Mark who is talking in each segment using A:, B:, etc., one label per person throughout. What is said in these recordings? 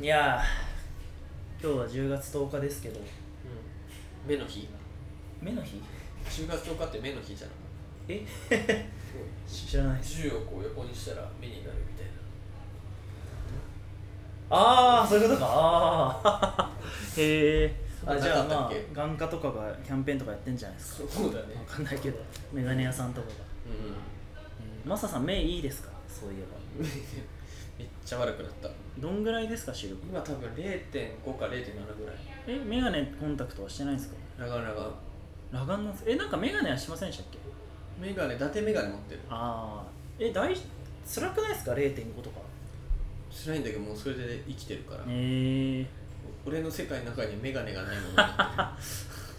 A: いやー今日は10月10日ですけど
B: 目の日
A: 目の日
B: 10月10日って目の日じゃな
A: え
B: い
A: 知らないです
B: 10をこう横にしたら目になるみたいな
A: ああそういうことかあー へえ
B: そん
A: あ
B: な
A: じゃあ
B: なか
A: ま
B: った
A: あ
B: っけ
A: 眼科とかがキャンペーンとかやってんじゃないですか
B: そうだね
A: わかんないけどメガネ屋さんとかが
B: う
A: マサさん目いいですかそういえば
B: んめっちゃ悪くなった
A: どんぐらいですか視力
B: 今多分0.5か0.7ぐらい
A: えメガネコンタクトはしてないんですか
B: 長々
A: 裸眼なんですえなんかメガネはしませんでしたっけ
B: メガネ伊達メガネ持ってる
A: ああえ大辛くないですか0.5とか
B: しないんだけどもうそれで生きてるから、
A: へえ
B: 俺の世界の中にメガネがないものになって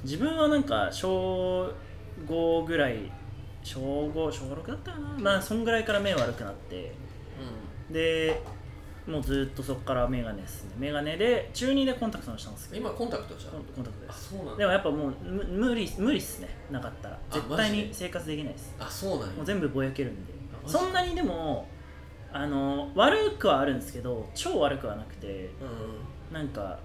A: 自分はなんか小5ぐらい小5小6だったかなまあそんぐらいから目悪くなって
B: る
A: でもうずっとそこからメガネですねメガネで中2でコンタクトにしたんです
B: うん
A: けど
B: 今コンタクトじゃん
A: コンコンタクトで
B: あ
A: す
B: そうなん
A: で
B: だ
A: もやっぱもうむ無理無理っすねなかったら
B: あ
A: 絶対
B: マジ
A: に
B: で
A: 生活できないです
B: あそうなん
A: もう
B: や
A: 全部ぼやけるんで
B: あマジ
A: そんなにでもあの悪くはあるんですけど超悪くはなくて
B: うんうん
A: なんか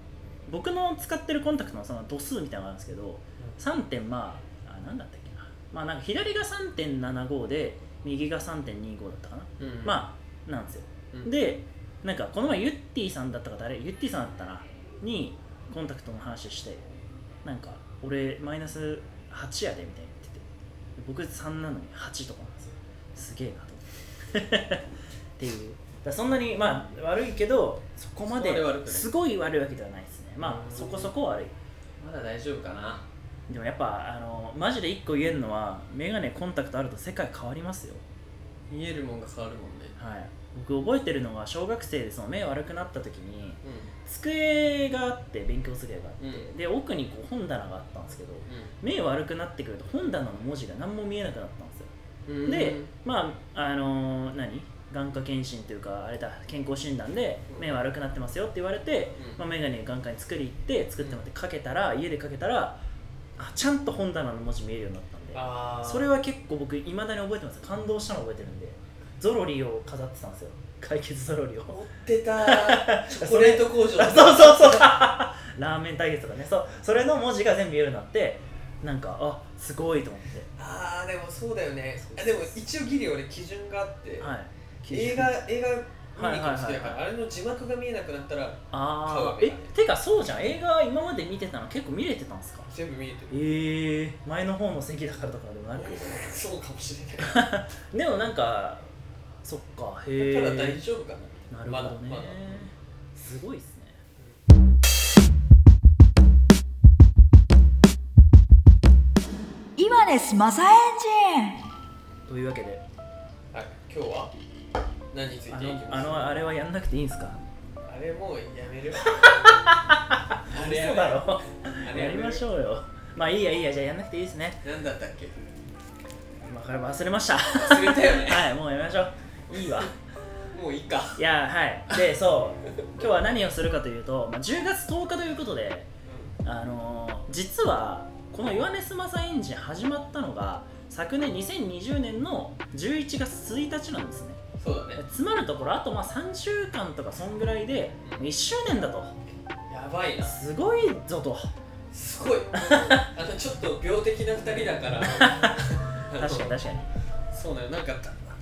A: 僕の使ってるコンタクトのその度数みたいなのがあるんですけど3点まああなんだったっけなまあなんか左が3.75で右が3.25だったかな、
B: うんうん
A: まあなんですよ、
B: うん
A: でなんかこの前ゆってぃさんだったか誰ゆってぃさんだったなにコンタクトの話してなんか俺マイナス8やでみたいに言ってて僕3なのに8とかなんですよすげえなと思って っていうだからそんなにまあ悪いけどそこまで
B: そこまで悪くない
A: すごい悪いわけではないですねま
B: う
A: あ
B: ん
A: そこそこ悪い
B: まだ大丈夫かな
A: でもやっぱあのマジで1個言えるのはメガネコンタクトあると世界変わりますよ
B: 見えるもんが変わるもんね
A: はい僕覚えてるのは小学生でその目悪くなった時に
B: う
A: 机があって勉強するやがあって、
B: う
A: で奥にこう本棚があったんですけど
B: ん
A: 目悪くなってくると本棚の文字が何も見えなくなったんですよ
B: うん
A: でまああのー何眼科検診というかあれだ健康診断で
B: うん
A: 目悪くなってますよって言われて、
B: うん
A: まあ、眼鏡眼科に作り行って作ってもらってかけたら家でかけたらあちゃんと本棚の文字見えるようになったんで
B: あー
A: それは結構僕いまだに覚えてます感動したの覚えてるんでゾロリを飾ってたんですよ解決ゾロリを
B: 持って たーチョコレート工場とか
A: あそうそうそうラーメン対決とかねそうそれの文字が全部言えるようになってなんかあすごいと思って
B: あーでもそうだよね
A: そう
B: あでも一応ギリ俺基準があって、
A: はい
B: 映画映画見に行くの好きだから、
A: はいはいはいは
B: あれの字幕が見えなくなったら
A: ああ
B: 買う
A: え
B: わけ
A: てかそうじゃん映画今まで見てたの結構見れてたんですか
B: 全部見えてる
A: ええ前の方の席だからとかでもなく
B: そうかもしれない
A: でもなんかそっかへえ
B: ただ大丈夫かな
A: なるほどね、
B: まだまだ
A: すごいっすね
C: 今ですマサエンジン
A: というわけで
B: はい、今日は何についていき
A: あ
B: ます
A: のあのあれはやんなくていいんすか
B: あれもうや めるあれや
A: 嘘
B: める
A: だろ
B: あれ
A: や
B: や
A: り
B: め
A: ま
B: る
A: しょうよまあいいやいいやじゃあやんなくていいですね
B: 何だったっけ
A: まあこれ忘れました
B: 忘れたよね
A: はいもうやめましょういいわ
B: もういいか
A: いやはいでそう今日は何をするかというと、まあ、10月10日ということであのー実はこの「ヨアネス・マサエンジン」始まったのが昨年2020年の11月1日なんですね
B: そうだね
A: つまるところあとまあ3週間とかそんぐらいで1周年だと
B: やばいな
A: すごいぞと
B: すごいあのちょっと病的な2人だからあの
A: 確かに確かに
B: そうなのなんか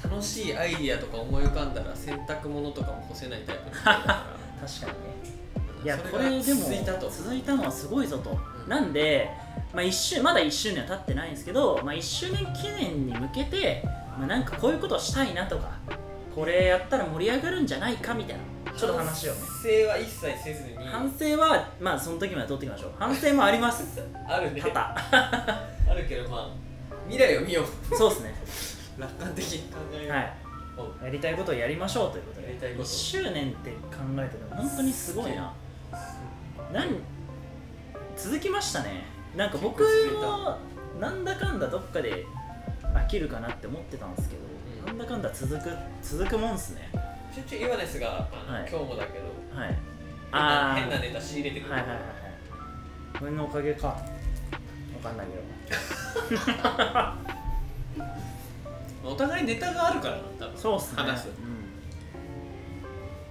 B: た楽しいアイディアとか思い浮かんだら洗濯物とかも干せないタイプの人だか
A: 確かにね
B: ら
A: いや
B: そ
A: こ
B: が
A: れでも
B: 続いたと
A: 続いたのはすごいぞと、
B: うん
A: なんで、まあ、一周まだ1周年は経ってないんですけど、まあ、1周年記念に向けて、まあ、なんかこういうことをしたいなとかこれやったら盛り上がるんじゃないかみたいなちょっと話をね
B: 反省は一切せずに
A: 反省はまあその時まで取っていきましょう反省もあります
B: あるね
A: 多々
B: あるけどまあ未来を見よう
A: そうですね
B: 楽観的に考えよう、
A: はい
B: お
A: やりたいことをやりましょうということで
B: やりたいこと
A: 1周年って考えても本当にすごいななん続きましたねなんか僕
B: 結構
A: もなんだかんだどっかで飽きるかなって思ってたんですけど、
B: うん
A: なんだかんだ続く続くもんっすね
B: ちょいちょいイワネスが、あの
A: はい
B: 今日もだけど
A: はい
B: 変な
A: ー
B: 変なネタ仕入れてくる、
A: はいはいはいはいこれのおかげかわかんないけど
B: お互いネタがあるからな多分
A: そうっすね
B: 話す
A: うん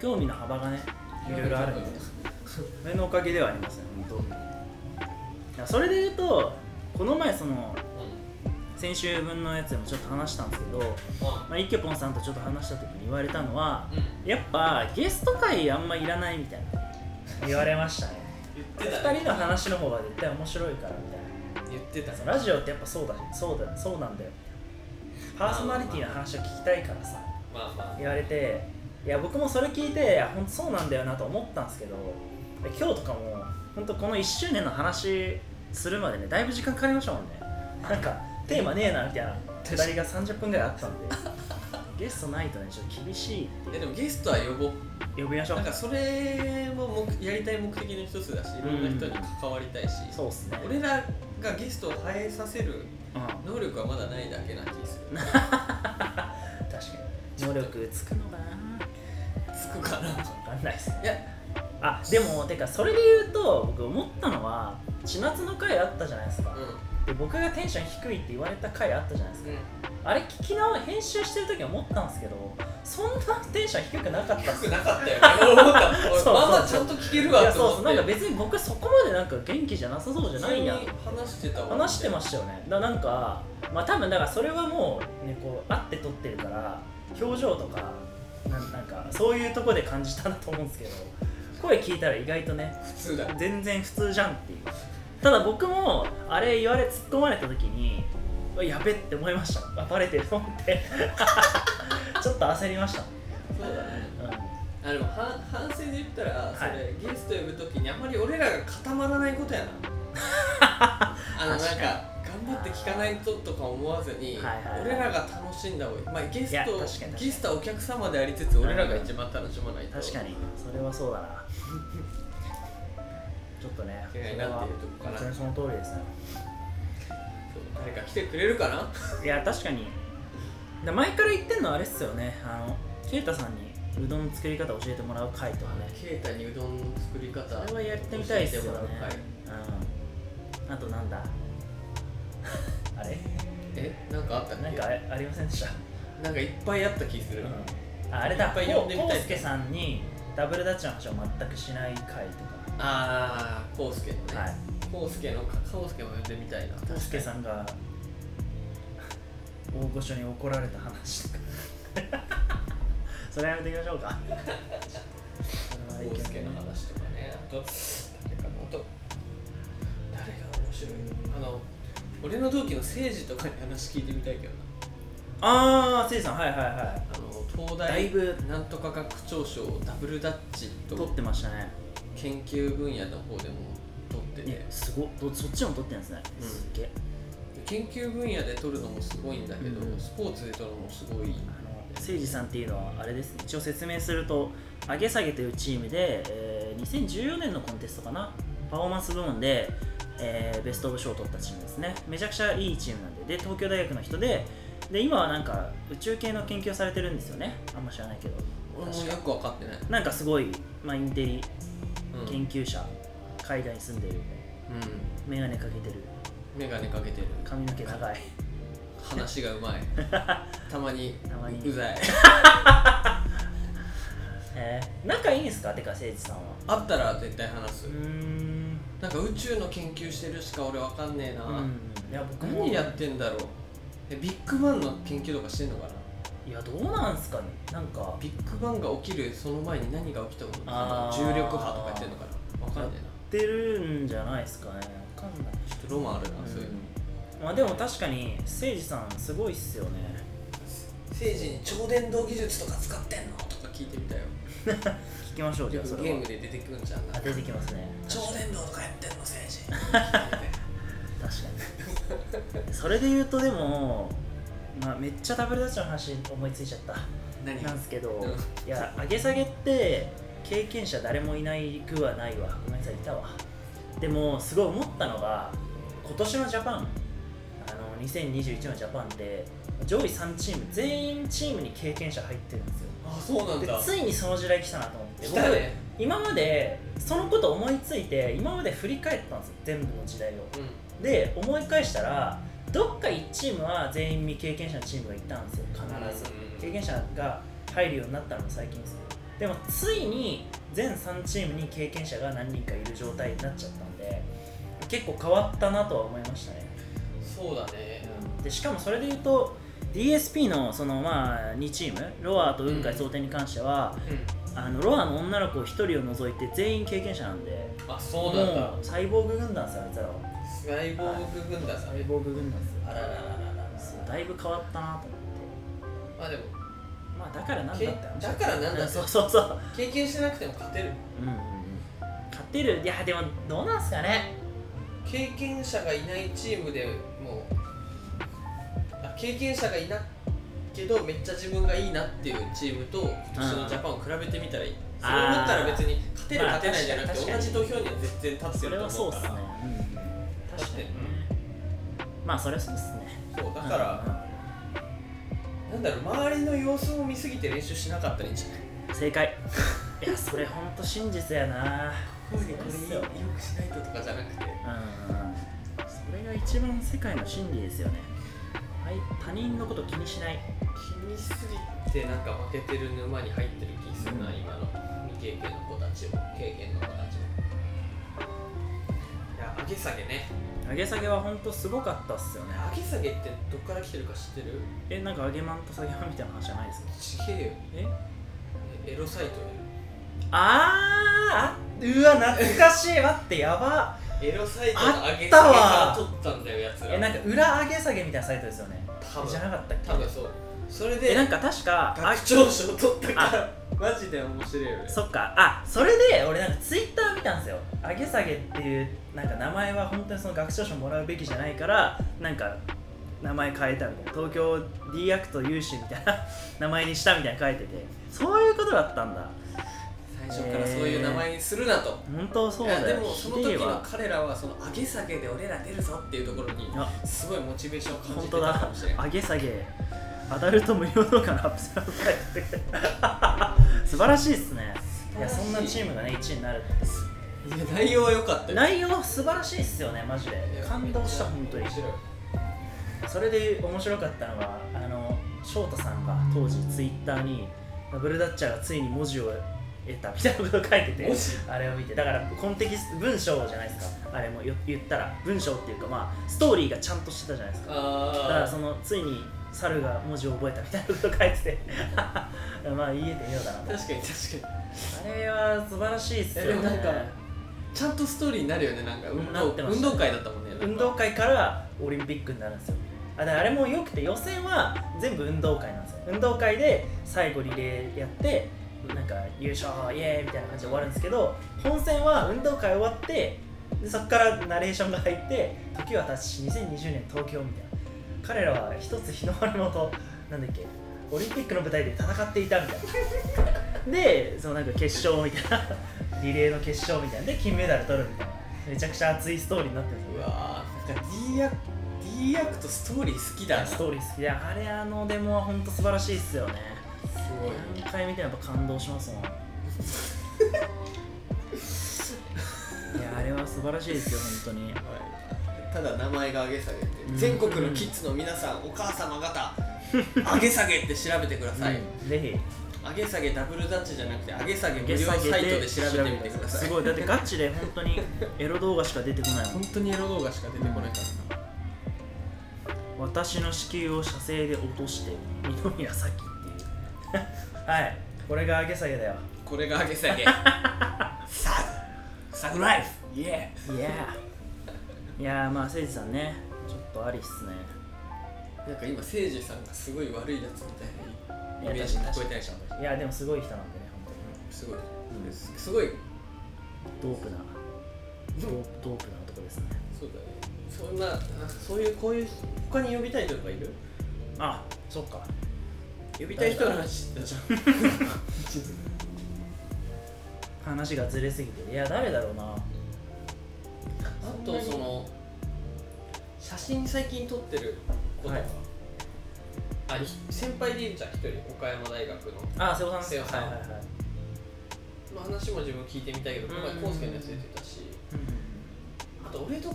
A: 興味の幅がねいろいろあるんでそれのおかげではありますね本当いやそれで言うとこの前その先週分のやつでもちょっと話したんですけど、まあ、イケポンさんとちょっと話した時に言われたのはやっぱゲスト会あんまいらないみたいな言われましたね
B: 言ってた
A: 2人の話の方が絶対面白いからみたいな
B: 言ってた
A: そのラジオってやっぱそうだそうだそうなんだよパーソナリティの話を聞きたいからさ
B: まあまあ
A: 言われていや僕もそれ聞いていやほんとそうなんだよなと思ったんですけど今日とかも本当この1周年の話するまでねだいぶ時間かかりましたもんねなんかテーマねえなみたいなくだりが30分ぐらいあ ったんでゲストないとねちょっと厳しい
B: えでもゲストは呼ぼう
A: 呼びましょう
B: なんかそれも目やりたい目的の一つだしいろんな人に関わりたいし、
A: そうっすね
B: 俺らがゲストを生えさせる
A: うん
B: 能力はまだないだけな気がする
A: 確かに能力つくのかな
B: つくかな
A: 分かんないっすね
B: いや
A: あでもてかそれで言うと僕思ったのは千夏の回あったじゃないですか、
B: う
A: で僕がテンション低いって言われた回あったじゃないです
B: ん
A: か、あれ聞き直編集してる時思ったんですけどそんなテンション低くなかったっ
B: つ
A: す
B: くなかったよね俺思った
A: そうそうそう
B: まあまあちゃんと聞ける
A: い
B: わ
A: や
B: って
A: そう
B: 思っ
A: そ
B: て
A: うなんか別に僕そこまでなんか元気じゃなさそうじゃないやん
B: 普通に話してたわ
A: 話してましたよねだなんかまあ多分だからそれはもうねこう会って撮ってるから表情とかなんなんかそういうとこで感じたんだと思うんですけど声聞いたら意外とね
B: 普通だ
A: 全然普通じゃんっていうただ僕もあれ言われ突っ込まれた時にうわやべって思いましたあバレてると思って ちょっと焦りました、
B: そうだね
A: う
B: あでも反反省で言ったらそれ、
A: は
B: ゲスト呼ぶときにあんまり俺らが固まらないこ とやなあのなんか
A: 確かに
B: 頑張って聞かないととか思わずに、
A: はいはいはい
B: 俺らが楽しんだ方がいい、まあ、ゲス
A: いや
B: ト
A: 確かに確かに
B: ゲストはお客様でありつつ俺らが一番楽しまない
A: ん、
B: と
A: 確かにそれはそうだなちょっとね
B: いけない
A: それ
B: な
A: は
B: っていうとこかな
A: 本当にその通りですね
B: そう誰か来てくれるかない
A: や確かにで前から言ってんのはあれっすよねあの啓太さんにうどんの作り方教えてもらう回とかね
B: ケイタにうどんの作り方
A: それはやってみたいっすよね
B: 教えてもらう会
A: うんあとなん だあれ
B: えなんかあったっけ
A: なんかあありませんでした、
B: なんかいっぱいあった気する、
A: ああれだ
B: いっぱい
A: こ
B: 呼ん
A: う
B: でみ
A: こ
B: た
A: う
B: い
A: すけさんにダブルダッチの話を全くしない回と
B: ああコウスケのね、
A: かはい
B: コウスケのコウスケも呼んでみたいな
A: こうすけさんが大御所に怒られた話 とかそれやめていきましょう かそれはい
B: コウ
A: け
B: スケ
A: ない
B: の話とかねあと誰かなあと誰が面白いあの俺の同期の政治とかに話聞いてみたいけどな
A: ああせいさんはいはいはい
B: あの東
A: だい
B: 大
A: ぶ
B: なんとか学長賞をダブルダッチ
A: 撮
B: と
A: ってましたね
B: 研究分野の方でも取って
A: いや
B: て
A: すごっどそっちも撮ってるんですね、
B: うん
A: すっげえ
B: 研究分野で取るのもすごいんだけど、
A: うん
B: スポーツで取るのもすごい
A: あの誠司さんっていうのはあれですね一応説明すると上げ下げというチームで、えー2014年のコンテストかなパフォーマンス部門で、えーベスト・オブ賞を取ったチームですねめちゃくちゃいいチームなんでで東京大学の人でで今はなんか宇宙系の研究をされてるんですよねあんま知らないけど
B: 俺もよく分かってない、
A: なんかすごい、まあ、インテリ
B: うん
A: 研究者、海外に住んでる
B: うん
A: 眼鏡かけてる
B: 眼鏡かけてる
A: 髪の毛長い
B: 話がうまい たまに
A: たまに
B: うざい
A: えー仲いいんですかてか誠司さんは
B: あったら絶対話す
A: うーん
B: なんか宇宙の研究してるしか俺わかんねえな、
A: うんいや僕も
B: 何やってんだろうえビッグバンの研究とかしてんのかない
A: やどうなんすかねなんか
B: ビッグバンが起きるその前に何が起きたことか
A: あー
B: な重力波とかやってんのかなわかんねえな
A: 言ってるんじゃないですかねわかんない
B: ちょっとロマンあるな、そういうの
A: まあでも確かに誠司さんすごいっすよね
B: 政治に超伝導技術とか使ってんのとか聞いてみたよ
A: 聞きましょうじ
B: よ
A: ゃあそ
B: く
A: れ
B: ゲ
A: は
B: ームで出てくるんじゃんな
A: あ出てきますね
B: 超伝導とかやってんの政治
A: 確かにそれで言うとでもまあめっちゃダブルダッチの話思いついちゃった
B: 何
A: なんですけど
B: うん
A: いや上げ下げって経験者誰もいないくはないわごめんなさいいたわでもすごい思ったのが今年のジャパンあの2021のジャパンで上位3チーム全員チームに経験者入ってるんですよ
B: あそうなん
A: で
B: だ
A: ついにその時代来たなと思って
B: 来たね
A: 僕今までそのこと思いついて今まで振り返ったんですよ全部の時代を
B: う
A: で思い返したらどっか1チームは全員未経験者のチームがいたんですよ必ず
B: ん
A: 経験者が入るようになったのも最近ですけどでもついに全3チームに経験者が何人かいる状態になっちゃったんで結構変わったなとは思いましたね
B: そうだね
A: でしかもそれで言うと DSP のそのまあ2チームロアと雲海蒼天に関しては、
B: うん
A: あのロアの女の子1人を除いて全員経験者なんで
B: あそうなんだ
A: もうサイボーグ軍団ですよあいつらは
B: サイボーグ軍団さ
A: サイボーグ軍団ですよ
B: あらららららら
A: そうだいぶ変わったなと思って
B: まあでも
A: まあだからなんだって
B: け
A: 話だ
B: だからなんだっ て
A: そうそうそう
B: 経験してなくても勝てる
A: うんうんうん勝てるいやでもどうなんすかね
B: 経験者がいないチームでもうあ経験者がいなけどめっちゃ自分がいいなっていうチームと今年のジャパンを比べてみたらいいそう思ったら別に勝てる
A: あー
B: 勝てないじゃなく
A: ま
B: て
A: あ
B: 同じ
A: 確
B: 土俵には絶対立つ
A: そ
B: て
A: れ
B: る
A: は
B: と
A: そ
B: 思
A: う
B: う
A: っす
B: から
A: ね、うん、確かにねまあそれはそうっすね
B: そうだから、なんだろう周りの様子を見すぎて練習しなかったらいいんじゃない
A: うん正解 いやそれほんと真実やな
B: これ
A: そうっす
B: よ
A: よ
B: くしないととかじゃなくて
A: うんそれが一番世界の真理ですよねはい他人のこと気にしない
B: 気にしすぎてなんか負けてる沼に入ってる気するな、
A: うん
B: 今の未経験の子たちも経験の子たちもいや上げ下げね
A: 上げ下げはほんとすごかったっすよね
B: 上げ下げってどっから来てるか知ってる
A: えなんか上げまんと下げまんみたいな話じゃないですか
B: ちげえよ
A: え
B: えエロサイト
A: あーあうわ懐かしい待ってやば
B: だよエロサイトの上
A: あ
B: げ
A: った
B: 下げ
A: わ
B: から取ったんだよやつら
A: えなんか裏上げ下げみたいなサイトですよね
B: 多分
A: じゃなかったっ
B: 多分
A: け
B: そうそれ
A: え
B: で
A: なんか確かあ
B: 学長賞取ったからマジで面白いよね
A: そっかあそれで俺なんかツイッター見たんですよ上げ下げっていうなんか名前は本当にその学長賞もらうべきじゃないからなんか名前変えたみたいな東京 D アクト有志みたいな名前にしたみたいな書いててそういうことだったんだ
B: 最初からそういう名前にするなと、
A: 本当そう
B: いや
A: だ
B: で
A: よ
B: もその
A: ひでえ
B: 時の
A: わ
B: 彼らはその上げ下げで俺ら出るぞっていうところに
A: あ
B: すごいモチベーションを感
A: 本
B: じて
A: 当
B: たか
A: だ
B: もしれない
A: 上げ下げアダルト無料動画のアップサイ ト素晴らしいっすねいやそんなチームがね1位になるって
B: いや内容は良かったよ
A: 内容素晴らしいっすよねマジで
B: いや
A: 感動した本当に
B: 面白い
A: それで面白かったのはあの翔太さんが当時ツイッターにダブルダッチャーがついに文字を得たみたいなことを書いてて
B: 文字
A: あれを見てだからコンテキスト文章じゃないですかあれもよ言ったら文章っていうかまあストーリーがちゃんとしてたじゃないですかだから
B: あ
A: そのついに猿が文字を覚えたみたいなことを書いてて まあ言えてみようだな
B: あ
A: と
B: 確かに確か
A: あれは素晴らしいっすよね
B: いやでもなんかにちゃんとストーリーになるよねなんか運
A: な
B: 動
A: ってまし
B: 運
A: た
B: 動会だったもんねなんか
A: 運動会からオリンピックになるんですよあだからあれもよくて予選は全部運動会なんですよ運動会で最後リレーやってなんか優勝イエーイみたいな感じで終わるんですけど本戦は運動会終わってでそこからナレーションが入って「時は経ち2020年東京」みたいな彼らは一つ日の丸のとなんだっけオリンピックの舞台で戦っていたみたいなでそのなんか決勝みたいなリレーの決勝みたいなで金メダル取るみたいなめちゃくちゃ熱いストーリーになってるんですよ
B: うわーなんか D アク D アクトストーリー好きだな
A: ス
B: す
A: トーリー好きいやあれあのデモは本当素晴らしいっすよね
B: ごい
A: 何回見てもやっぱ感動します もんいやあれは素晴らしいですよ本当に
B: ただ名前が上げ下げって、
A: うん
B: 全国のキッズの皆さんお母様 方上げ下げって調べてください、
A: うんぜ
B: 上げ下げダブルダッチじゃなくて上げ下げ
A: ひ
B: 無料サイトで調べてみてください
A: すごいだってガチで本当にエロ動画しか出てこないも
B: 本
A: ん
B: 当にエロ動画しか出てこないからな
A: 私の子宮を射精で落として二宮咲っていう はいこれが上げ下げだよ
B: これが上げ下げ サグサグライフイエ
A: いやいやーまあ誠司さんねちょっとありっすね
B: ーなんか今せいじさんがすごい悪いやつみたいなイメージに聞こえてないでしょ
A: いやでもすごい人なんでね本
B: すごい
A: うん
B: すごい
A: 当にドープなドープドープな男ですね
B: そうだねそんななんかそういうこういう他に呼びたい人とかいる
A: あそっか
B: 呼びたい人の話だじゃん
A: 話がずれすぎてるいや誰だろうな
B: あとその写真最近撮ってる子と
A: は
B: か、
A: い
B: あひ先輩でいるじゃん一人岡山大学の
A: あ瀬尾さんです
B: 瀬尾さん
A: はいはいはい
B: の話も自分聞いてみたいけどこの前
A: うん
B: コウスケのやつ出てたしあと俺と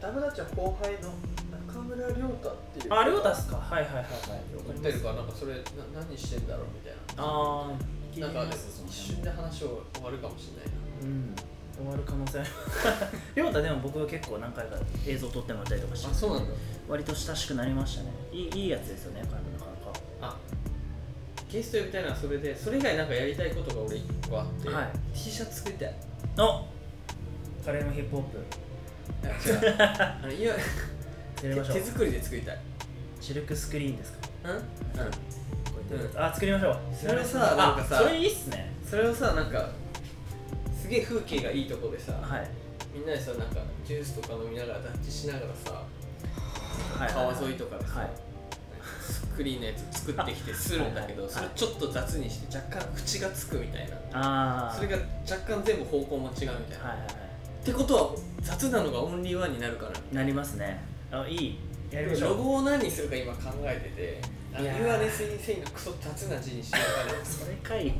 B: ダブダッチの後輩の中村亮太っていう
A: あ亮太
B: っ
A: っすかはいはいはいはい
B: 撮ってるからなんかそれな何してんだろうみたいな
A: あ聞い
B: な
A: て
B: ん
A: み
B: か
A: ますその
B: 一瞬で話を終わるかもしれないな
A: うん終わる可能性ある 亮太でも僕は結構何回か映像撮ってもらったりとかして
B: あそうなんだ
A: 割と親しくなりましたねいいいいやつですよね彼もなかなか
B: あゲスト呼びたいのはそれでそれ以外なんかやりたいことが俺1個あって、
A: はい
B: T シャツ作りたい
A: おカレーのヒップホップ
B: あ違うあ の今
A: やりましょう
B: 手作りで作りたい
A: シルクスクリーンですか
B: うん、うん、
A: こうやって
B: う
A: あ作りましょう
B: それさ
A: あ
B: なんかさ
A: それいいっすね
B: それをさなんかすげえ風景がいいとこでさ、
A: はい
B: みんなでさなんかジュースとか飲みながらダッチしながらさ
A: はい
B: 川沿いとかでさ、
A: はい
B: スクリーンのやつ作ってきてするんだけど
A: はい
B: それちょっと雑にして若干口がつくみたいな
A: ああ
B: それが若干全部方向も違うみたいな、
A: はいはいは
B: ってことは雑なのがオンリーワンになるから
A: いなりますねあいいやりましょ
B: ロ
A: う
B: ゴを何にするか今考えててあ
A: いやー
B: ユアネスインセインのクソ雑な字にしよう
A: それかい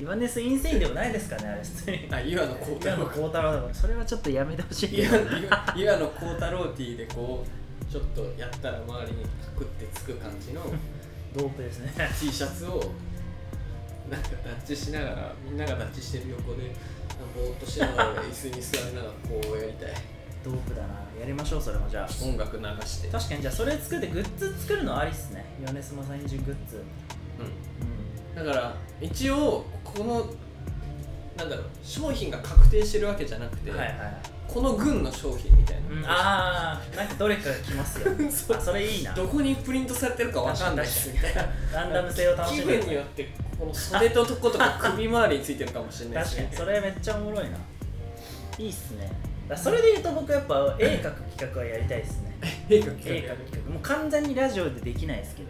A: イワネスインセインでもないですか ねあれ普通に
B: かなあユアのコウタ
A: 今
B: ロ
A: の
B: ウ
A: 孝太郎だからそれはちょっとやめてほしい
B: ユアユアのコウタロウティーでこうちょっとやったら周りにカクってつく感じの
A: ドープですね
B: T シャツをなんかダッチしながらみんながダッチしてる横でぼーっとしながら椅子に座りながらこうやりたい
A: ドープだなやりましょうそれもじゃあ
B: 音楽流して
A: 確かにじゃあそれ作ってグッズ作るのありっすねヨネスマサインジグッズ
B: う
A: うん
B: だから一応このなんだろう商品が確定してるわけじゃなくて、
A: んはいはいはい、
B: この群の商品みたいな、
A: うん、ああなんかどれかが来ますよ
B: そう
A: あそれいいな
B: どこにプリントされてるかわかんないしみたいな
A: ランダム性を楽し
B: 気
A: んで
B: 分によってこの袖ととことか首周りについてるかもしれない
A: 確
B: し
A: かに それめっちゃおもろいないいっすねだそれで言うと僕やっぱ絵描く企画はやりたいっすね
B: 映画
A: 絵描く企画もう完全にラジオでできないです けど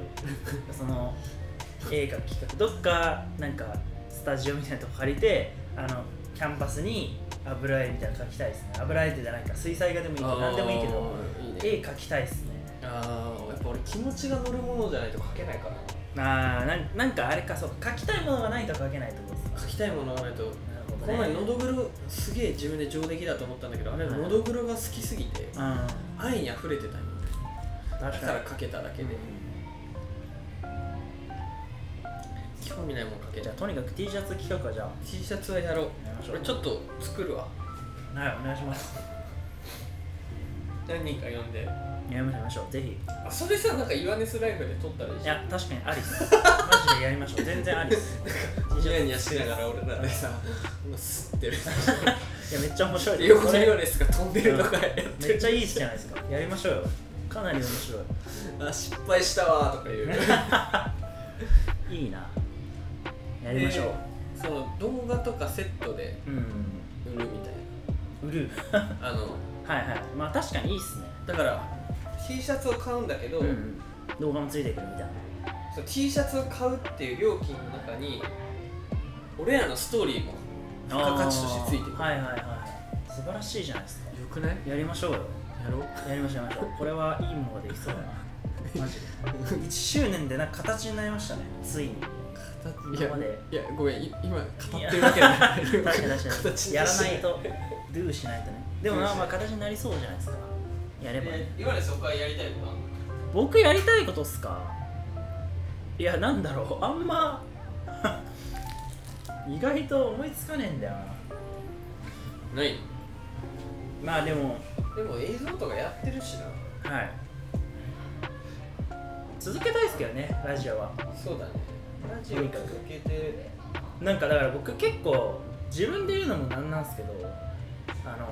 A: その絵描く企画どっかなんかスタジオみたいなとこ借りてあのキャンパスに油絵みたいなの描きたいですね油絵ってじゃないか水彩画でもいいけど何でもいいけど
B: いいね
A: 絵描きたいっすね
B: あーやっぱ俺気持ちが乗るものじゃないと書けないかな
A: あーなんなんかあれかそうか描きたいものがないと描けないってことですか
B: 書きたいものがないと
A: なるほど
B: この前
A: ね
B: のどぐろすげえ自分で上出来だと思ったんだけどあれ
A: はい
B: のどぐろが好きすぎて
A: うん
B: 愛に溢れてたよだ
A: 確
B: か
A: から
B: 書けただけで興味ないもん書け
A: に
B: ち
A: じ
B: ゃ
A: ゃ
B: う
A: あとにかく T シャツ企画はじゃあ
B: T シャツはやろう
A: やりましょう
B: 俺ちょっと作るわ
A: はい、お願いします。
B: 何人か呼んで
A: やりましょうやりましょう、ぜひ。
B: あそれさなんかイワネスライフで撮ったらいい
A: い
B: じゃん
A: や、確かにありっ す。マジでやりましょう、全然ありっす。
B: ニヤニヤしながら俺らで さ吸 ってる
A: いや、めっちゃ面白いで
B: で
A: す。
B: 横
A: こ
B: のイワ
A: れ
B: ネスが飛んでるとかやって
A: めっ
B: る
A: ちゃいいっすじゃないですか。やりましょうよ。かなり面白
B: あ失敗したわーとか 言う
A: い。いいな。やりましょう。
B: でその動画とかセットで
A: うん。
B: 売るみたい
A: 売る。
B: なあの
A: はいはい。まあ、確かにいいっすね。
B: だから T シャツを買うんだけど、
A: うんうん。動画もついてくるみたいな。
B: その T シャツを買うっていう料金の中に俺らのストーリーも付加価値としてついてくる、
A: はいはいはい。素晴らしいじゃないですか。
B: よくない
A: やりましょうよ。
B: やろう
A: やりましょうやりましょう。これはいいものができそうだな。マジで。1周 年でなんか形になりましたね、ついに。
B: いや
A: 今まで
B: いやごめんい今語ってるわけじゃ ない
A: 確かに確か
B: 形
A: に
B: に
A: やら
B: し
A: ないとドゥしないとねでもまあまあ
B: ド
A: 形になりそうじゃないですかやれば、ね、
B: 今までそこはやりたいこと
A: 僕やりたいことっすかいやなんだろうあんま 意外と思いつかねえんだよな
B: ない
A: まあでも
B: でも映像とかやってるしな
A: はい続けたいっすけどねラジオは
B: そうだねラジ
A: オ続
B: けて
A: なんかだから僕結構自分で言うのもなんなんすけどあの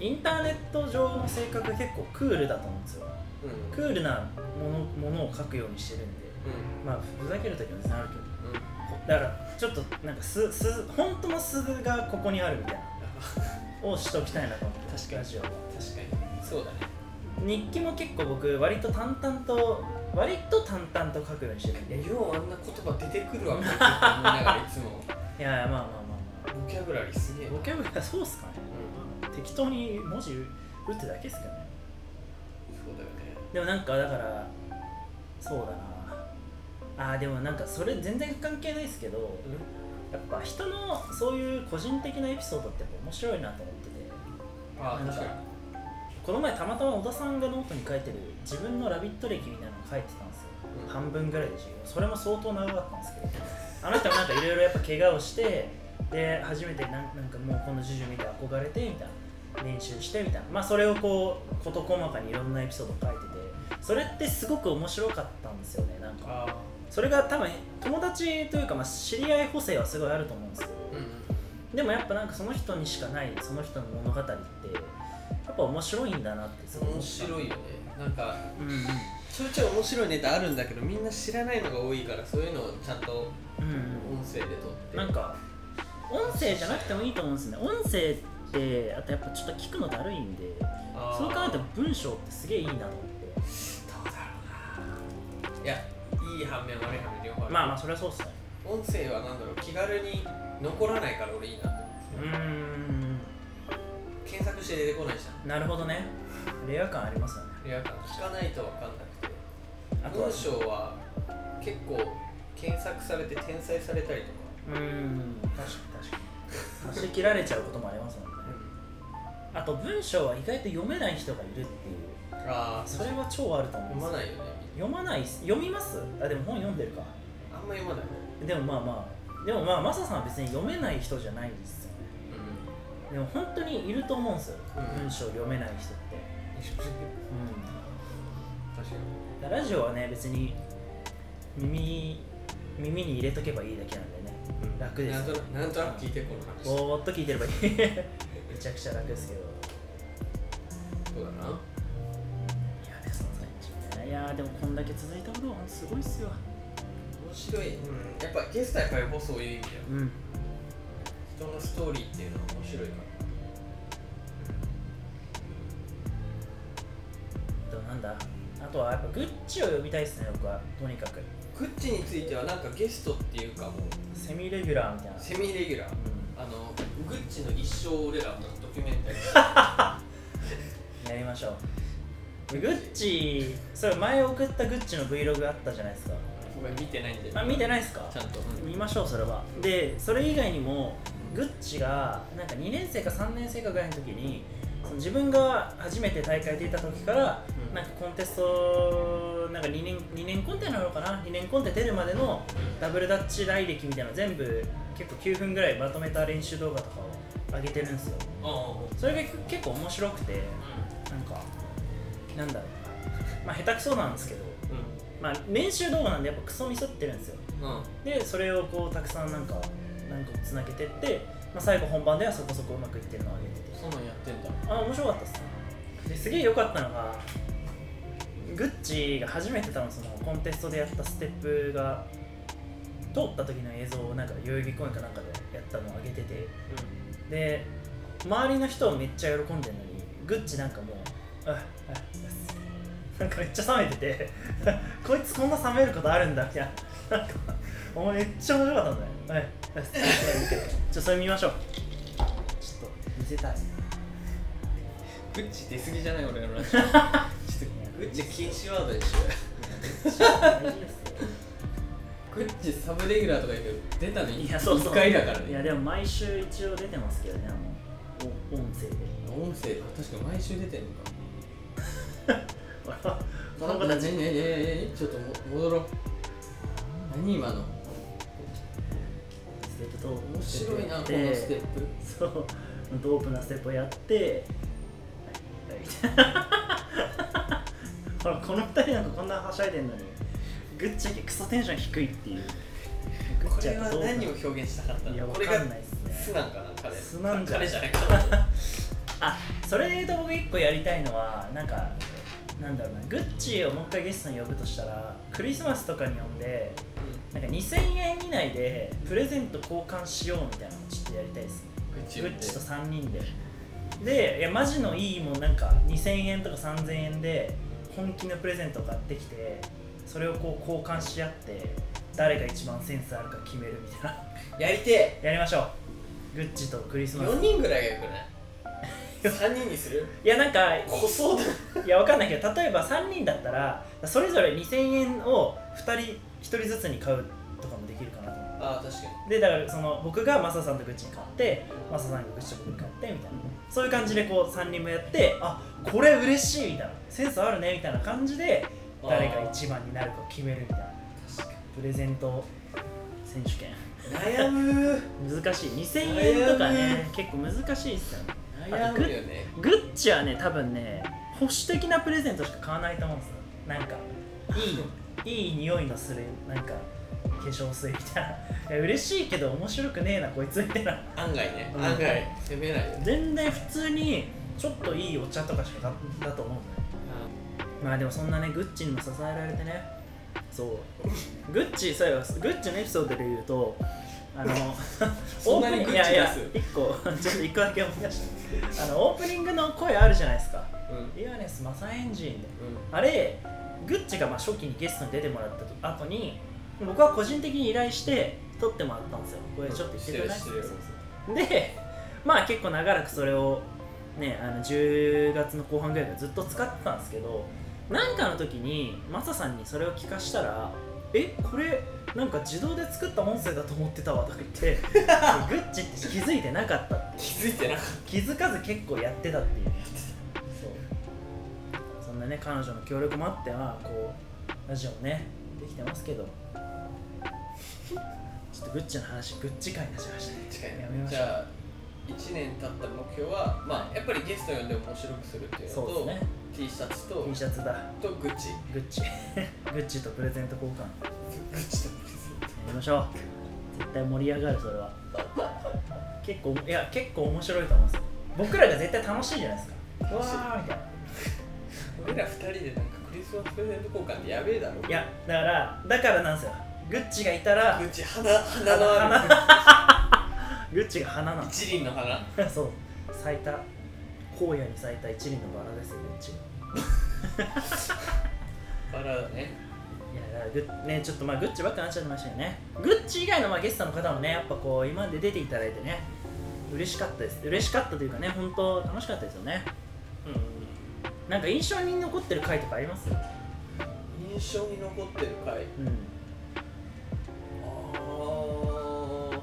A: インターネット上の性格結構クールだと思うんですよ
B: うんうん
A: クールなものものを書くようにしてるんでまあふざける時も全然あるけど
B: うん
A: だからちょっとなんかすす本当の素がここにあるみたいなをしときたいなと思って
B: 確かに
A: ラジオは
B: 確かにそうだね
A: 日記も結構僕割と淡々と割と淡々と書くようにしてるんでい
B: いやようあんな言葉出てくるわみたいな思いながらいつも
A: やいやまあまあまあま
B: ボキャブラリーすげえ
A: あ
B: な
A: ボキャブラそうっすかね
B: うん
A: 適当に文字打ってだけっすけどね
B: そうだよね
A: でもなんかだからそうだなあーでもなんかそれ全然関係ないっすけどやっぱ人のそういう個人的なエピソードってやっぱ面白いなと思ってて
B: あ
A: な
B: あ
A: ん
B: 確
A: か
B: かに
A: この前たまたま小田さんがノートに書いてる自分のラビット歴みたいなのを書いてたんですよ半分ぐらいでしょそれも相当長かったんですけどあの人もなんかいろいろやっぱ怪我をしてで初めてなんなんかもうこのジュジュ見て憧れてみたいな練習してみたいなまあそれをこう事細かにいろんなエピソード書いててそれってすごく面白かったんですよねなんか
B: あ
A: それが多分友達というかまあ知り合い補正はすごいあると思うんですけど
B: ーうん
A: でもやっぱなんかその人にしかないその人の物語ってやっぱ面白いんだなってすごい
B: 面白
A: い、
B: いよねなんか
A: うんうん
B: ちょいちょい面白いネタあるんだけどみんな知らないのが多いからそういうのをちゃんと
A: うん
B: 音声で撮っ
A: う
B: て
A: ん、なんか音声じゃなくてもいいと思うんですね音声ってあとやっぱちょっと聞くのだるいんで
B: あー
A: そう考えた
B: ど
A: ら文章ってすげえいいなと思って
B: うだろうないやいい反面悪い反面両方ある
A: まあまあそれはそうっすね
B: 音声はなんだろう気軽に残らないから俺いいなって思
A: う
B: うんで
A: ーん
B: すよ検索して出てこないじゃ
A: なるほどねレア感ありますよね
B: んいや聞かないと分かんなくて
A: あとは
B: 文章は結構検索されて転載されたりと
A: う
B: か、
A: ーん確かに確かに走り切られちゃうこともありますもんねあと文章は意外と読めない人がいるっていう
B: ああ
A: それは超あると思うんですよ
B: 読まないよね
A: 読まないっす読みますあでも本読んでるか
B: あんま読まない、
A: でもまあまあでもまあマサさんは別に読めない人じゃないんですよねでも本当にいると思うんですよ、
B: うん
A: 文章読めない人って、
B: 確か
A: うん、ラジオはね別に耳耳に入れとけばいいだけなんでね
B: に、うん
A: 楽です
B: なんとなくなんとなく聞いてこの話
A: ぼーっと聞いてればいい めちゃくちゃ楽ですけど
B: そうだない
A: やですねいやーでもこんだけ続いたことは本当すごいっすよ
B: 面白い、うん、やっぱゲストはやっぱりこそういう意味だよ
A: うん
B: 人のストーリーっていうのは面白いか
A: あとなんだあとはやっぱグッチを呼びたいですね僕はとにかく
B: らグッチについてはなんかゲストっていうかもう
A: セミレギュラーみたいな
B: セミレギュラ
A: う
B: ーあのグッチの一生を俺らのドキュメンタリー
A: んやりましょうグッチそれ前送ったグッチの Vlog あったじゃないですか
B: ごめん見てないんで
A: あ見てないですか
B: ちゃんと、
A: 見ましょうそれはでそれ以外にもグッチがなんか2年生か3年生かぐらいの時にその自分が初めて大会出た時から、
B: うん
A: なんかコンテストなんか2年 ,2 年コンテなのかな2年コンテ出るまでのダブルダッチ来歴みたいなの全部結構9分ぐらいまとめた練習動画とかを上げてるんですよ
B: あ
A: それが結構面白くてなんかなんだろうな まあ下手くそなんですけど
B: う
A: まあ練習動画なんでやっぱクソミスってるんですよ
B: んうん
A: でそれをこうたくさんなんか何個もつなげてって、まあ、最後本番ではそこそこうまくいってるのを上げてて
B: そんなんやってんだ
A: あ面白かったっすねですげえ良かったのがグッチが初めて多分そのコンテストでやったステップが通った時の映像をなんか代々木公園かなんかでやったのを上げててで周りの人はめっちゃ喜んでるのにグッチなんかもう「あああなんかめっちゃ冷めてて こいつこんな冷めることあるんだみたいななんかお前めっちゃ面白かったんだよはいはいちょっとそれ見ましょうちょっと見せたい
B: グッチ出過ぎじゃない俺のラジオちょっとグッチ禁止ワードでしょ
A: 大事ですよ
B: グッチサブレギュラーとか言うけど出たの
A: いやそうそう
B: 1回だから
A: いや
B: ね
A: でも毎週一応出てますけどねあのお音声で
B: 音声確か毎週出てんのか
A: ほらこの子たち
B: ねねねねねちょっとも戻ろう何今の
A: ステップと
B: 面白いなこのステップ
A: そうドープなステップをやってはいみたいなほらこの二人なんかこんなはしゃいでんのにグッチだけクソテンション低いっていうグッ
B: こ
A: チ
B: れ
A: やっ
B: は
A: ぱドープな
B: 何を表現したかった
A: いや
B: の
A: わ
B: これ
A: か
B: が
A: んないっす
B: 素
A: ね
B: なんかな彼
A: 素なんじゃない
B: 彼じゃないか
A: あそれで言うと僕一個やりたいのはなんかなんだろうなグッチをもう一回ゲストに呼ぶとしたらクリスマスとかに呼んでなんか2000円以内でプレゼント交換しようみたいなのをちょっとやりたいですね
B: グッチ
A: グッチと3人ででいやマジのいいもんなんか2000円とか3000円で本気のプレゼントを買ってきてそれをこう交換し合って誰が一番センスあるか決めるみたいな
B: やりて
A: やりましょうグッチとクリス
B: え
A: マス
B: 4人ぐらいがよくない3人にする
A: いやなんかい
B: こそうだ
A: やわかんないけど例えば3人だったらそれぞれ2000円を2人1人ずつに買うとかもできるかなと思う
B: ああ 確かに
A: でだからその僕がマサさんとグッチに買ってマサさんがグッチと僕に買ってみたいなそういう感じでこう3人もやってあこれ嬉しいみたいなセンスあるねみたいな感じで誰が一番になるかを決めるみたいな
B: 確か
A: プレゼントセ選手権
B: 悩む
A: 難しい2000円とか
B: 悩
A: ね結構難しいっすよね
B: 悩むよね
A: グッチはね多分ね保守的なプレゼントしか買わないと思うんですよなんかいいいい匂いのするなんか化粧水みたいないや嬉しいけど面白くねえなこいつみたいな
B: 案外ね、
A: うん
B: 案外攻めないよね
A: 全然普通にちょっといいお茶とかしかだだと思うのよまあでもそんなねグッチにも支えられてねそうグッチそういえばグッチのエピソードで言うとあの
B: そんなにグッチ出す
A: いやいや1個ちょっと1個だけ思い出したあのオープニングの声あるじゃないですか
B: うんうん
A: リアネスマサエンジンであれグッチがまあ初期にゲストに出てもらったと後に僕は個人的に依頼して撮ってもらったんですよこれちょっと言ってくれない
B: してるしてる
A: でまあ結構長らくそれをねあの10月の後半ぐらいからずっと使ってたんですけどなんかの時にマサさんにそれを聞かしたら「えこれなんか自動で作った音声だと思ってたわ」とか言ってでグッチって気づいてなかったって
B: 気づいてなかっ
A: 気づかず結構やってたっていうそうそんなね彼女の協力もあってはこうラジオもねできてますけどちょっとグッチの話グッチ会になっちゃいましたね
B: た近い
A: やめま
B: ね
A: し
B: じ
A: ょう
B: ゃあ1年経った目標はまあやっぱりゲスト呼んで面白くするっていうの
A: そうです
B: と
A: ね
B: T シャツと
A: T シャツだ
B: とグッチ
A: グッチ グッチとプレゼント交換や
B: グッチとグッチ
A: りましょう絶対盛り上がるそれは結構いや結構面白いと思うんですよ僕らが絶対楽しいじゃないですかうわーみたいな
B: 俺ら2人でなんかクリスマスプレゼント交換ってやべえだろ
A: いやだからだからなんですよグッチがいたら
B: グッチ花花のある
A: グッチが花なんです
B: 一輪の花
A: そう咲いた荒野に咲いた一輪のバラですよグッチが
B: バラだね
A: いやだからグッねちょっとまあグッチばっかになっちゃってましたよねグッチ以外のまあゲストの方もねやっぱこう今まで出ていただいてね嬉しかったです嬉しかったというかね本当楽しかったですよねうんなんか印象に残ってる回とかあります
B: 印象に残ってる回
A: うん
B: ああ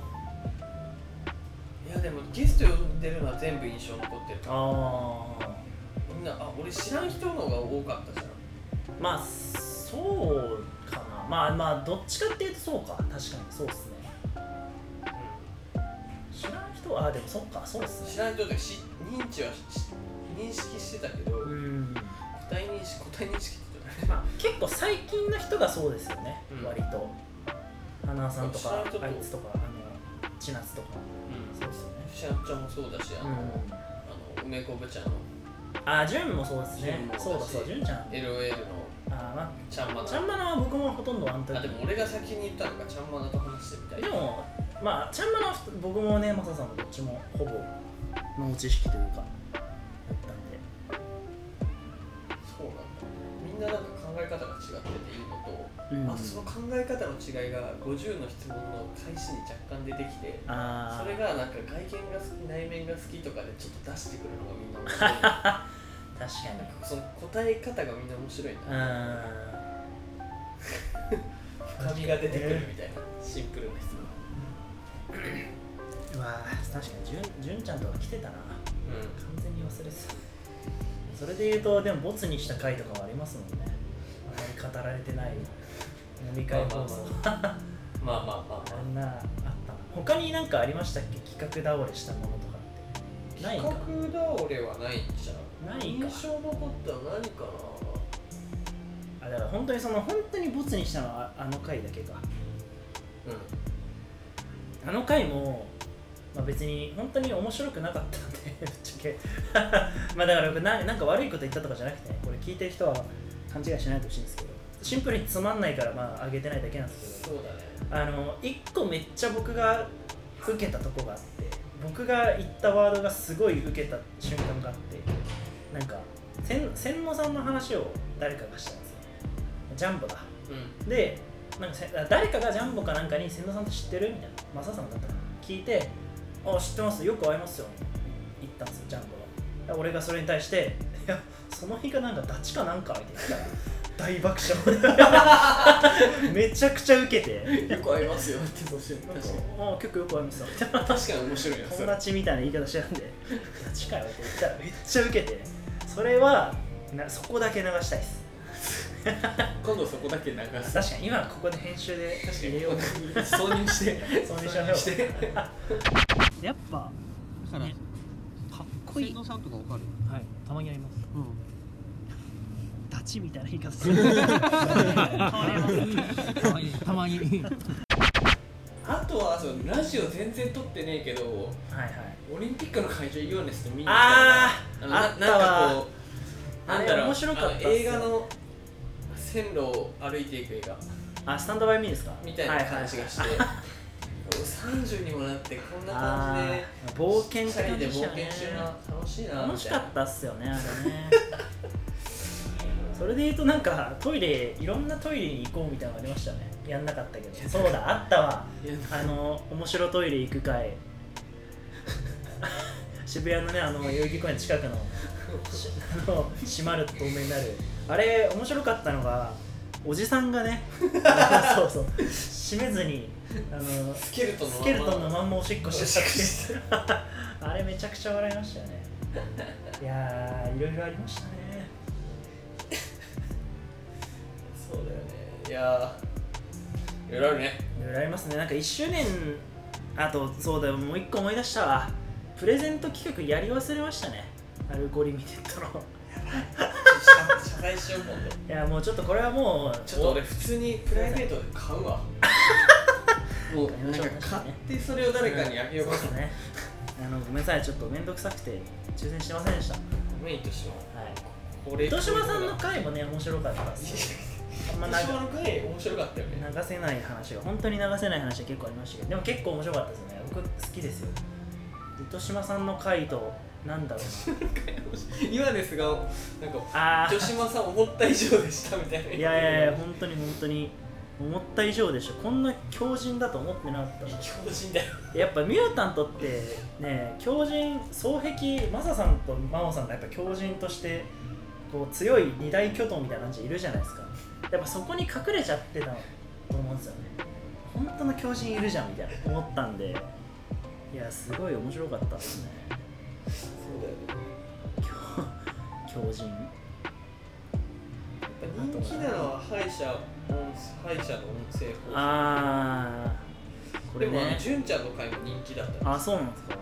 B: いやでもゲスト呼んでるのは全部印象残ってる
A: ああ
B: みんなあ俺知らん人の方が多かったじゃん
A: まあそうかなまあまあどっちかっていうとそうか確かにそうっすね知らん人はあでもそっかそうっすね
B: 知らん人でし認知はし認識してたけど
A: うん
B: 個体認識個体認識って言って
A: まあ結構最近の人がそうですよね、
B: うん
A: 割と花輪さんと
B: 知ら
A: か
B: ん人と
A: あいつとかあの千夏とかそうですよね
B: シャンちゃんもそうだしあ
A: う
B: の、
A: ん
B: あの梅昆布ちゃんの
A: あジュンもそうですね
B: ジュンもだし
A: そうだそうだジュンちゃん
B: LOL の
A: あま
B: ちゃんま
A: あちゃん
B: な
A: まなは僕もほとんどワンタ
B: あでも俺が先に言ったのかちゃんまなと話してみたい
A: でもまあちゃんまなは僕もねマサさんもどっちもほぼ脳知識というかだったんで
B: そうなんだみんななんか考え方が違ってていいのと、
A: うん
B: あとその考え方の違いが50の質問の開始に若干出てきて
A: あ
B: それ
A: ー
B: がなんか外見が好き内面が好きとかでちょっと出してくるのがみんな 面白いなんか
A: 確かに
B: その答え方がみんな面白いな
A: う
B: 深みが出てくるみたいなシンプルな質問
A: んうわー確かにジュンジュンちゃんとか来てたな
B: う
A: 完全に忘れてたそれで言うとでもボツにした回とかはありますもんねあまり語られてない飲み会放送
B: んまあまあまあ
A: あんなあったな他になんかありましたっけ企画倒れしたものとかってないか
B: 企画倒れはないんじゃん
A: ないか
B: 印象残ったの何かな
A: あだから本当にその本当にボツにしたのはああの回だけか
B: うん
A: あの回も、まあ、別に本当に面白くなかったんでぶっちゃけまあだから僕ななんか悪いこと言ったとかじゃなくてねこれ聞いてる人は勘違いしないでほしいんですけどシンプルにつまんないからまあ上げてないだけなんですけど
B: そうだね
A: あの1個めっちゃ僕が受けたとこがあって僕が言ったワードがすごい受けた瞬間があってなんか千千野さんの話を誰かがしたんですよジャンボだ
B: うん
A: でなんかせ誰かがジャンボかなんかに千野さんって知ってるみたいなマサさんだったかな聞いて「あ知ってますよく会いますよ」言ったんですよジャンボがで俺がそれに対して「いやその日がなんかダチかなんか」みたいな大爆笑 めちゃくちゃ受けて
B: よく合いますよって確
A: な
B: か
A: ん
B: に
A: かあ結構よくありま すよ
B: 確かに面白いよそ
A: 友
B: れ
A: 達みたいな言い方してたんで「いや近いわ」って言ったらめっちゃウケてそれはなそこだけ流したいです
B: 今度そこだけ流す
A: 確かに今ここで編集で
B: 確か
A: 入
B: に
A: れよう
B: 挿入して
A: 挿入しましょう
B: て
A: やっぱ
D: そしたら、
A: ねかっこい
D: 千
A: い
D: 野さんとかわかる、
A: はいたまにあります
D: うん、
A: ダチみたいな言い 方するたまに
D: たまに
B: あとはそのラジオ全然撮ってねえけど
A: はいはい
B: オリンピックの会場イオネスと見に行
A: あー
B: たの
A: あったわ
B: ななんかこう
A: あ
B: な
A: れ
B: んだろう
A: 面白かったっ
B: あ
A: す
B: の
A: よ
B: 映画の線路を歩いていく映画
A: あスタンドバイミーですか
B: みたいな感じがして、
A: はいはいはい
B: 30にもなってこんな感じ
A: あ
B: で
A: ー冒険って
B: チャ
A: 感
B: リで
A: じでし
B: 冒
A: た
B: 険してる
A: ね
B: な楽しいな
A: 楽しかったたっすよねあれねそれで言うとなんかトイレいろんなトイレに行こうみたいなのありましたねやんなかったけどそうだあったわ
B: いないや
A: あの面白トイレ行く会 渋谷のねあの代々木公園近くのしあの閉まると透明になるあれ面白かったのがおじさんがね あのそうそう閉めずにあの
B: スケルトンのま
A: ス
B: ま
A: ケルトンのまんまおしっこし
B: おし
A: ちゃったって いうあれめちゃくちゃ笑いましたよねいやーいろいろありましたね
B: そうだよねいやーいろいろあるね
A: いろいろありますねなんか1周年あとそうだよもう1個思い出したわプレゼント企画やり忘れましたねアルゴリミテッドの
B: 謝謝罪しよう今度
A: いやもうちょっとこれはもう
B: ちょっと俺普通にプライベートで買 うわもうなんか買ってそれを誰かにあげようか
A: そうで
B: な
A: すね あのごめんなさいちょっと面倒くさくて抽選してませんでした、は
B: メインとしても
A: い、
B: これ
A: 糸島さんの回もね面白かったで
B: 糸
A: す まあ
B: 島
A: 長
B: の回面白かったよね
A: 流せない話が本当に流せない話が結構ありましたけどでも結構面白かったですね僕好きですよ糸島さんの回となんだろう
B: 今ですがなんか
A: なあ
B: 糸島さん思った以上でしたみたいな
A: ーいやいやいや本当に本当に思った以上でしょこんな強靭だと思ってなかった
B: 強靭だよ
A: やっぱミュータントってね強靭双璧マサさんとマオさんがやっぱ強靭としてこう強い二大巨頭みたいな感じいるじゃないですかやっぱそこに隠れちゃってたと思うんですよね本当の強靭いるじゃんみたいな思ったんでいやすごい面白かったですね
B: そうだよね
A: 強強靭
B: 人気なのは歯医者音歯医者の音声法
A: あーこ
B: で
A: れ
B: もあ
A: ね
B: の純ちゃんの回も人気だった
A: あそうなんですか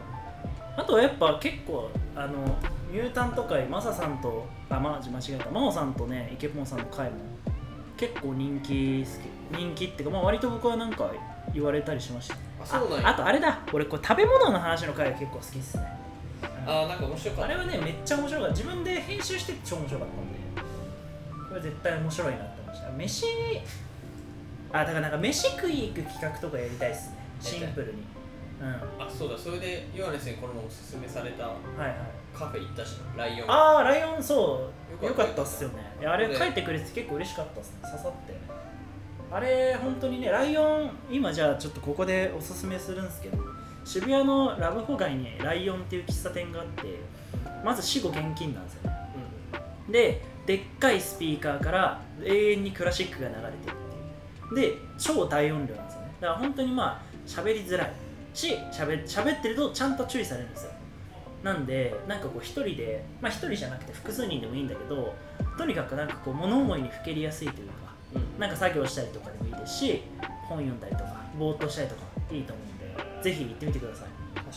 A: あとはやっぱ結構あのミュータント界マサさんとあま間違えたマオさんとねイケポンさんの回も結構人気好き人気っていうか、まあ、割と僕はなんか言われたりしました
B: あそうなん
A: あ
B: や
A: とあれだ俺これ食べ物の話の回が結構好きっすねあ
B: あなんか面白か
A: あ
B: っ
A: れ
B: た
A: はねめっちゃ面白かった自分で編集して超面白かったんでこれ絶対面白いなって思いました飯あだからなんか飯食い行く企画とかやりたいっすねシンプルにうんは
B: あそうだそれで岩根先生このおすすめされた
A: いはい
B: カフェ行ったしなライオン
A: ああライオンそうよ
B: よ
A: か
B: か
A: っ
B: ったた
A: っすよねいやあれ
B: ね
A: 書いてくれて結構嬉しかったっすね刺さってあれ本当にねライオン今じゃあちょっとここでおすすめするんですけど渋谷のラブホ街にライオンっていう喫茶店があってまず死後現金なんですよね
B: う
A: ででっかいスピーカーから永遠にクラシックが流れてるっていうで超大音量なんですよねだから本当にまあ喋りづらいし喋喋ってるとちゃんと注意されるんですよなんでなんかこう一人でまあ一人じゃなくて複数人でもいいんだけどとにかくなんかこう物思いにふけりやすいというか
B: んうん
A: なんか作業したりとかでもいいですし本読んだりとかぼーっとしたりとかいいと思うんでぜひ行ってみてください
B: 確か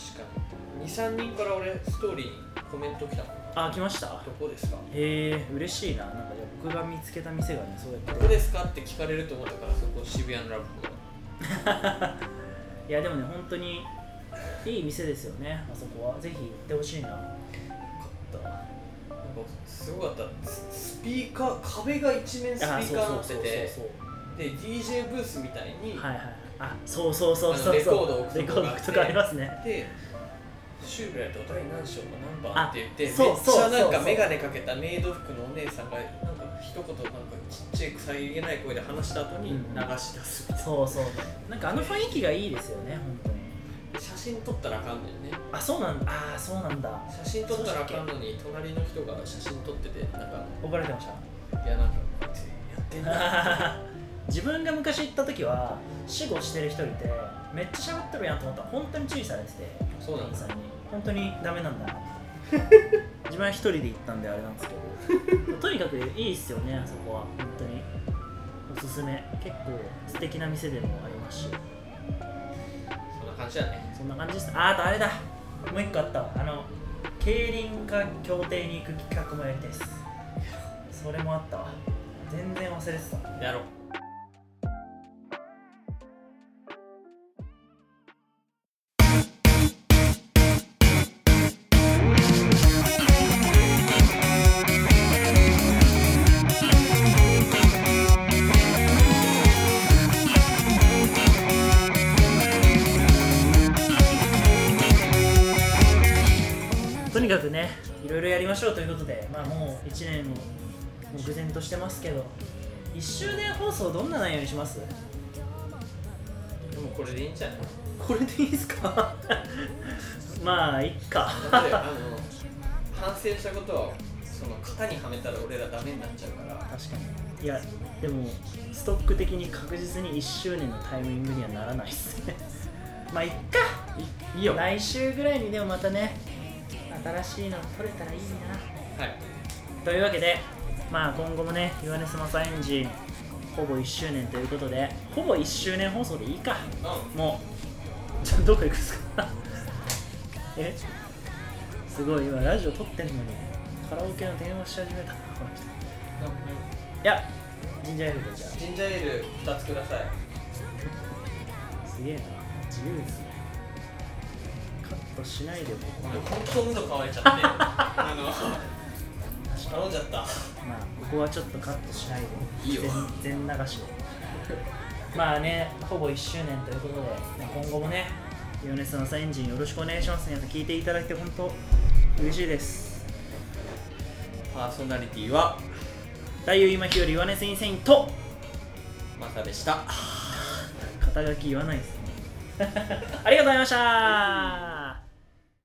B: に23人から俺ストーリーにコメント来たもん
A: あ来ました
B: どこですか
A: へえ嬉しいななんかじゃあ僕が見つけた店がねそうやって
B: どこですかって聞かれると思ったからそこ渋谷のラブホ
A: いやでもね本当にいい店ですよねあそこはぜひ行ってほしいな
B: 買ったなんかすごかったススピーカー壁が一面スピーカーになってて
A: そう
B: で DJ ブースみたいに、
A: はいはいあそうそうそうそうそう
B: あのレコードを置くとこ
A: レコードを置くとかありますね
B: でシューベルト第何章の何
A: あ
B: 番って言ってめっ
A: そう
B: ちゃなん
A: そうそう
B: か眼鏡かけたメイド服のお姉さんがなんか一言なんかちっちゃくさりげない声で話した後に流し出すみたいな、
A: そうそうなんかあの雰囲気がいいですよね本当に
B: 写真撮ったらあかんのよね
A: あそうなんだあーそうなんだ
B: 写真撮ったらあかんのに隣の人が写真撮っててなんか
A: 怒られてました
B: いやなんかこいつやってんな
A: 自分が昔行った時は死後してる人いてめっちゃ喋ってるやんと思ったら本当に注意されてて
B: そうなん
A: 店員
B: だ
A: さんに本当にダメなんだなって自分は一人で行ったんであれなんですけどとにかくいいっすよねあそこは本当におすすめ結構素敵な店でもありますし
B: そんな感じだね
A: そんな感じですああとあれだもう一個あったわあの競輪か競艇に行く企画もやりたいですそれもあったわ全然忘れてた
B: やろう
A: とにかくねいろいろやりましょうということでまあもう1年を目前としてますけど1周年放送どんな内容にします
B: でもこれでいいんじゃない
A: これでいいですか まあいっか
B: だってあの反省したことはその型にはめたら俺らダメになっちゃうから
A: 確かにいやでもストック的に確実に1周年のタイミングにはならないっすね まあいっか
B: いいよはい
A: 来週ぐらいにでもまたね新しいの撮れたらいいなというわけでまあ今後もね「岩根スマサエンジン」ほぼ1周年ということでほぼ1周年放送でいいか
B: う
A: もうじゃあどこ行くんですか えすごい今ラジオ撮ってんのにカラオケの電話し始めたこの人
B: ん
A: いやジンジャーエールでじゃ
B: ジンジャーエール2つください
A: あすげえな自由ですねカットしないでも
B: ごめん本当喉乾いちゃってあの頼んじゃった
A: まあここはちょっとカットしないで
B: いいよ
A: 全全流しで まあねほぼ1周年ということで、まあ今後もねヨネスのサエンジンよろしくお願いします皆さん聞いていただいて本当嬉しいです
B: パーソナリティは
A: 太夫今日よりヨネスインセインと
B: マサでした
A: 肩書き言わないですねありがとうございました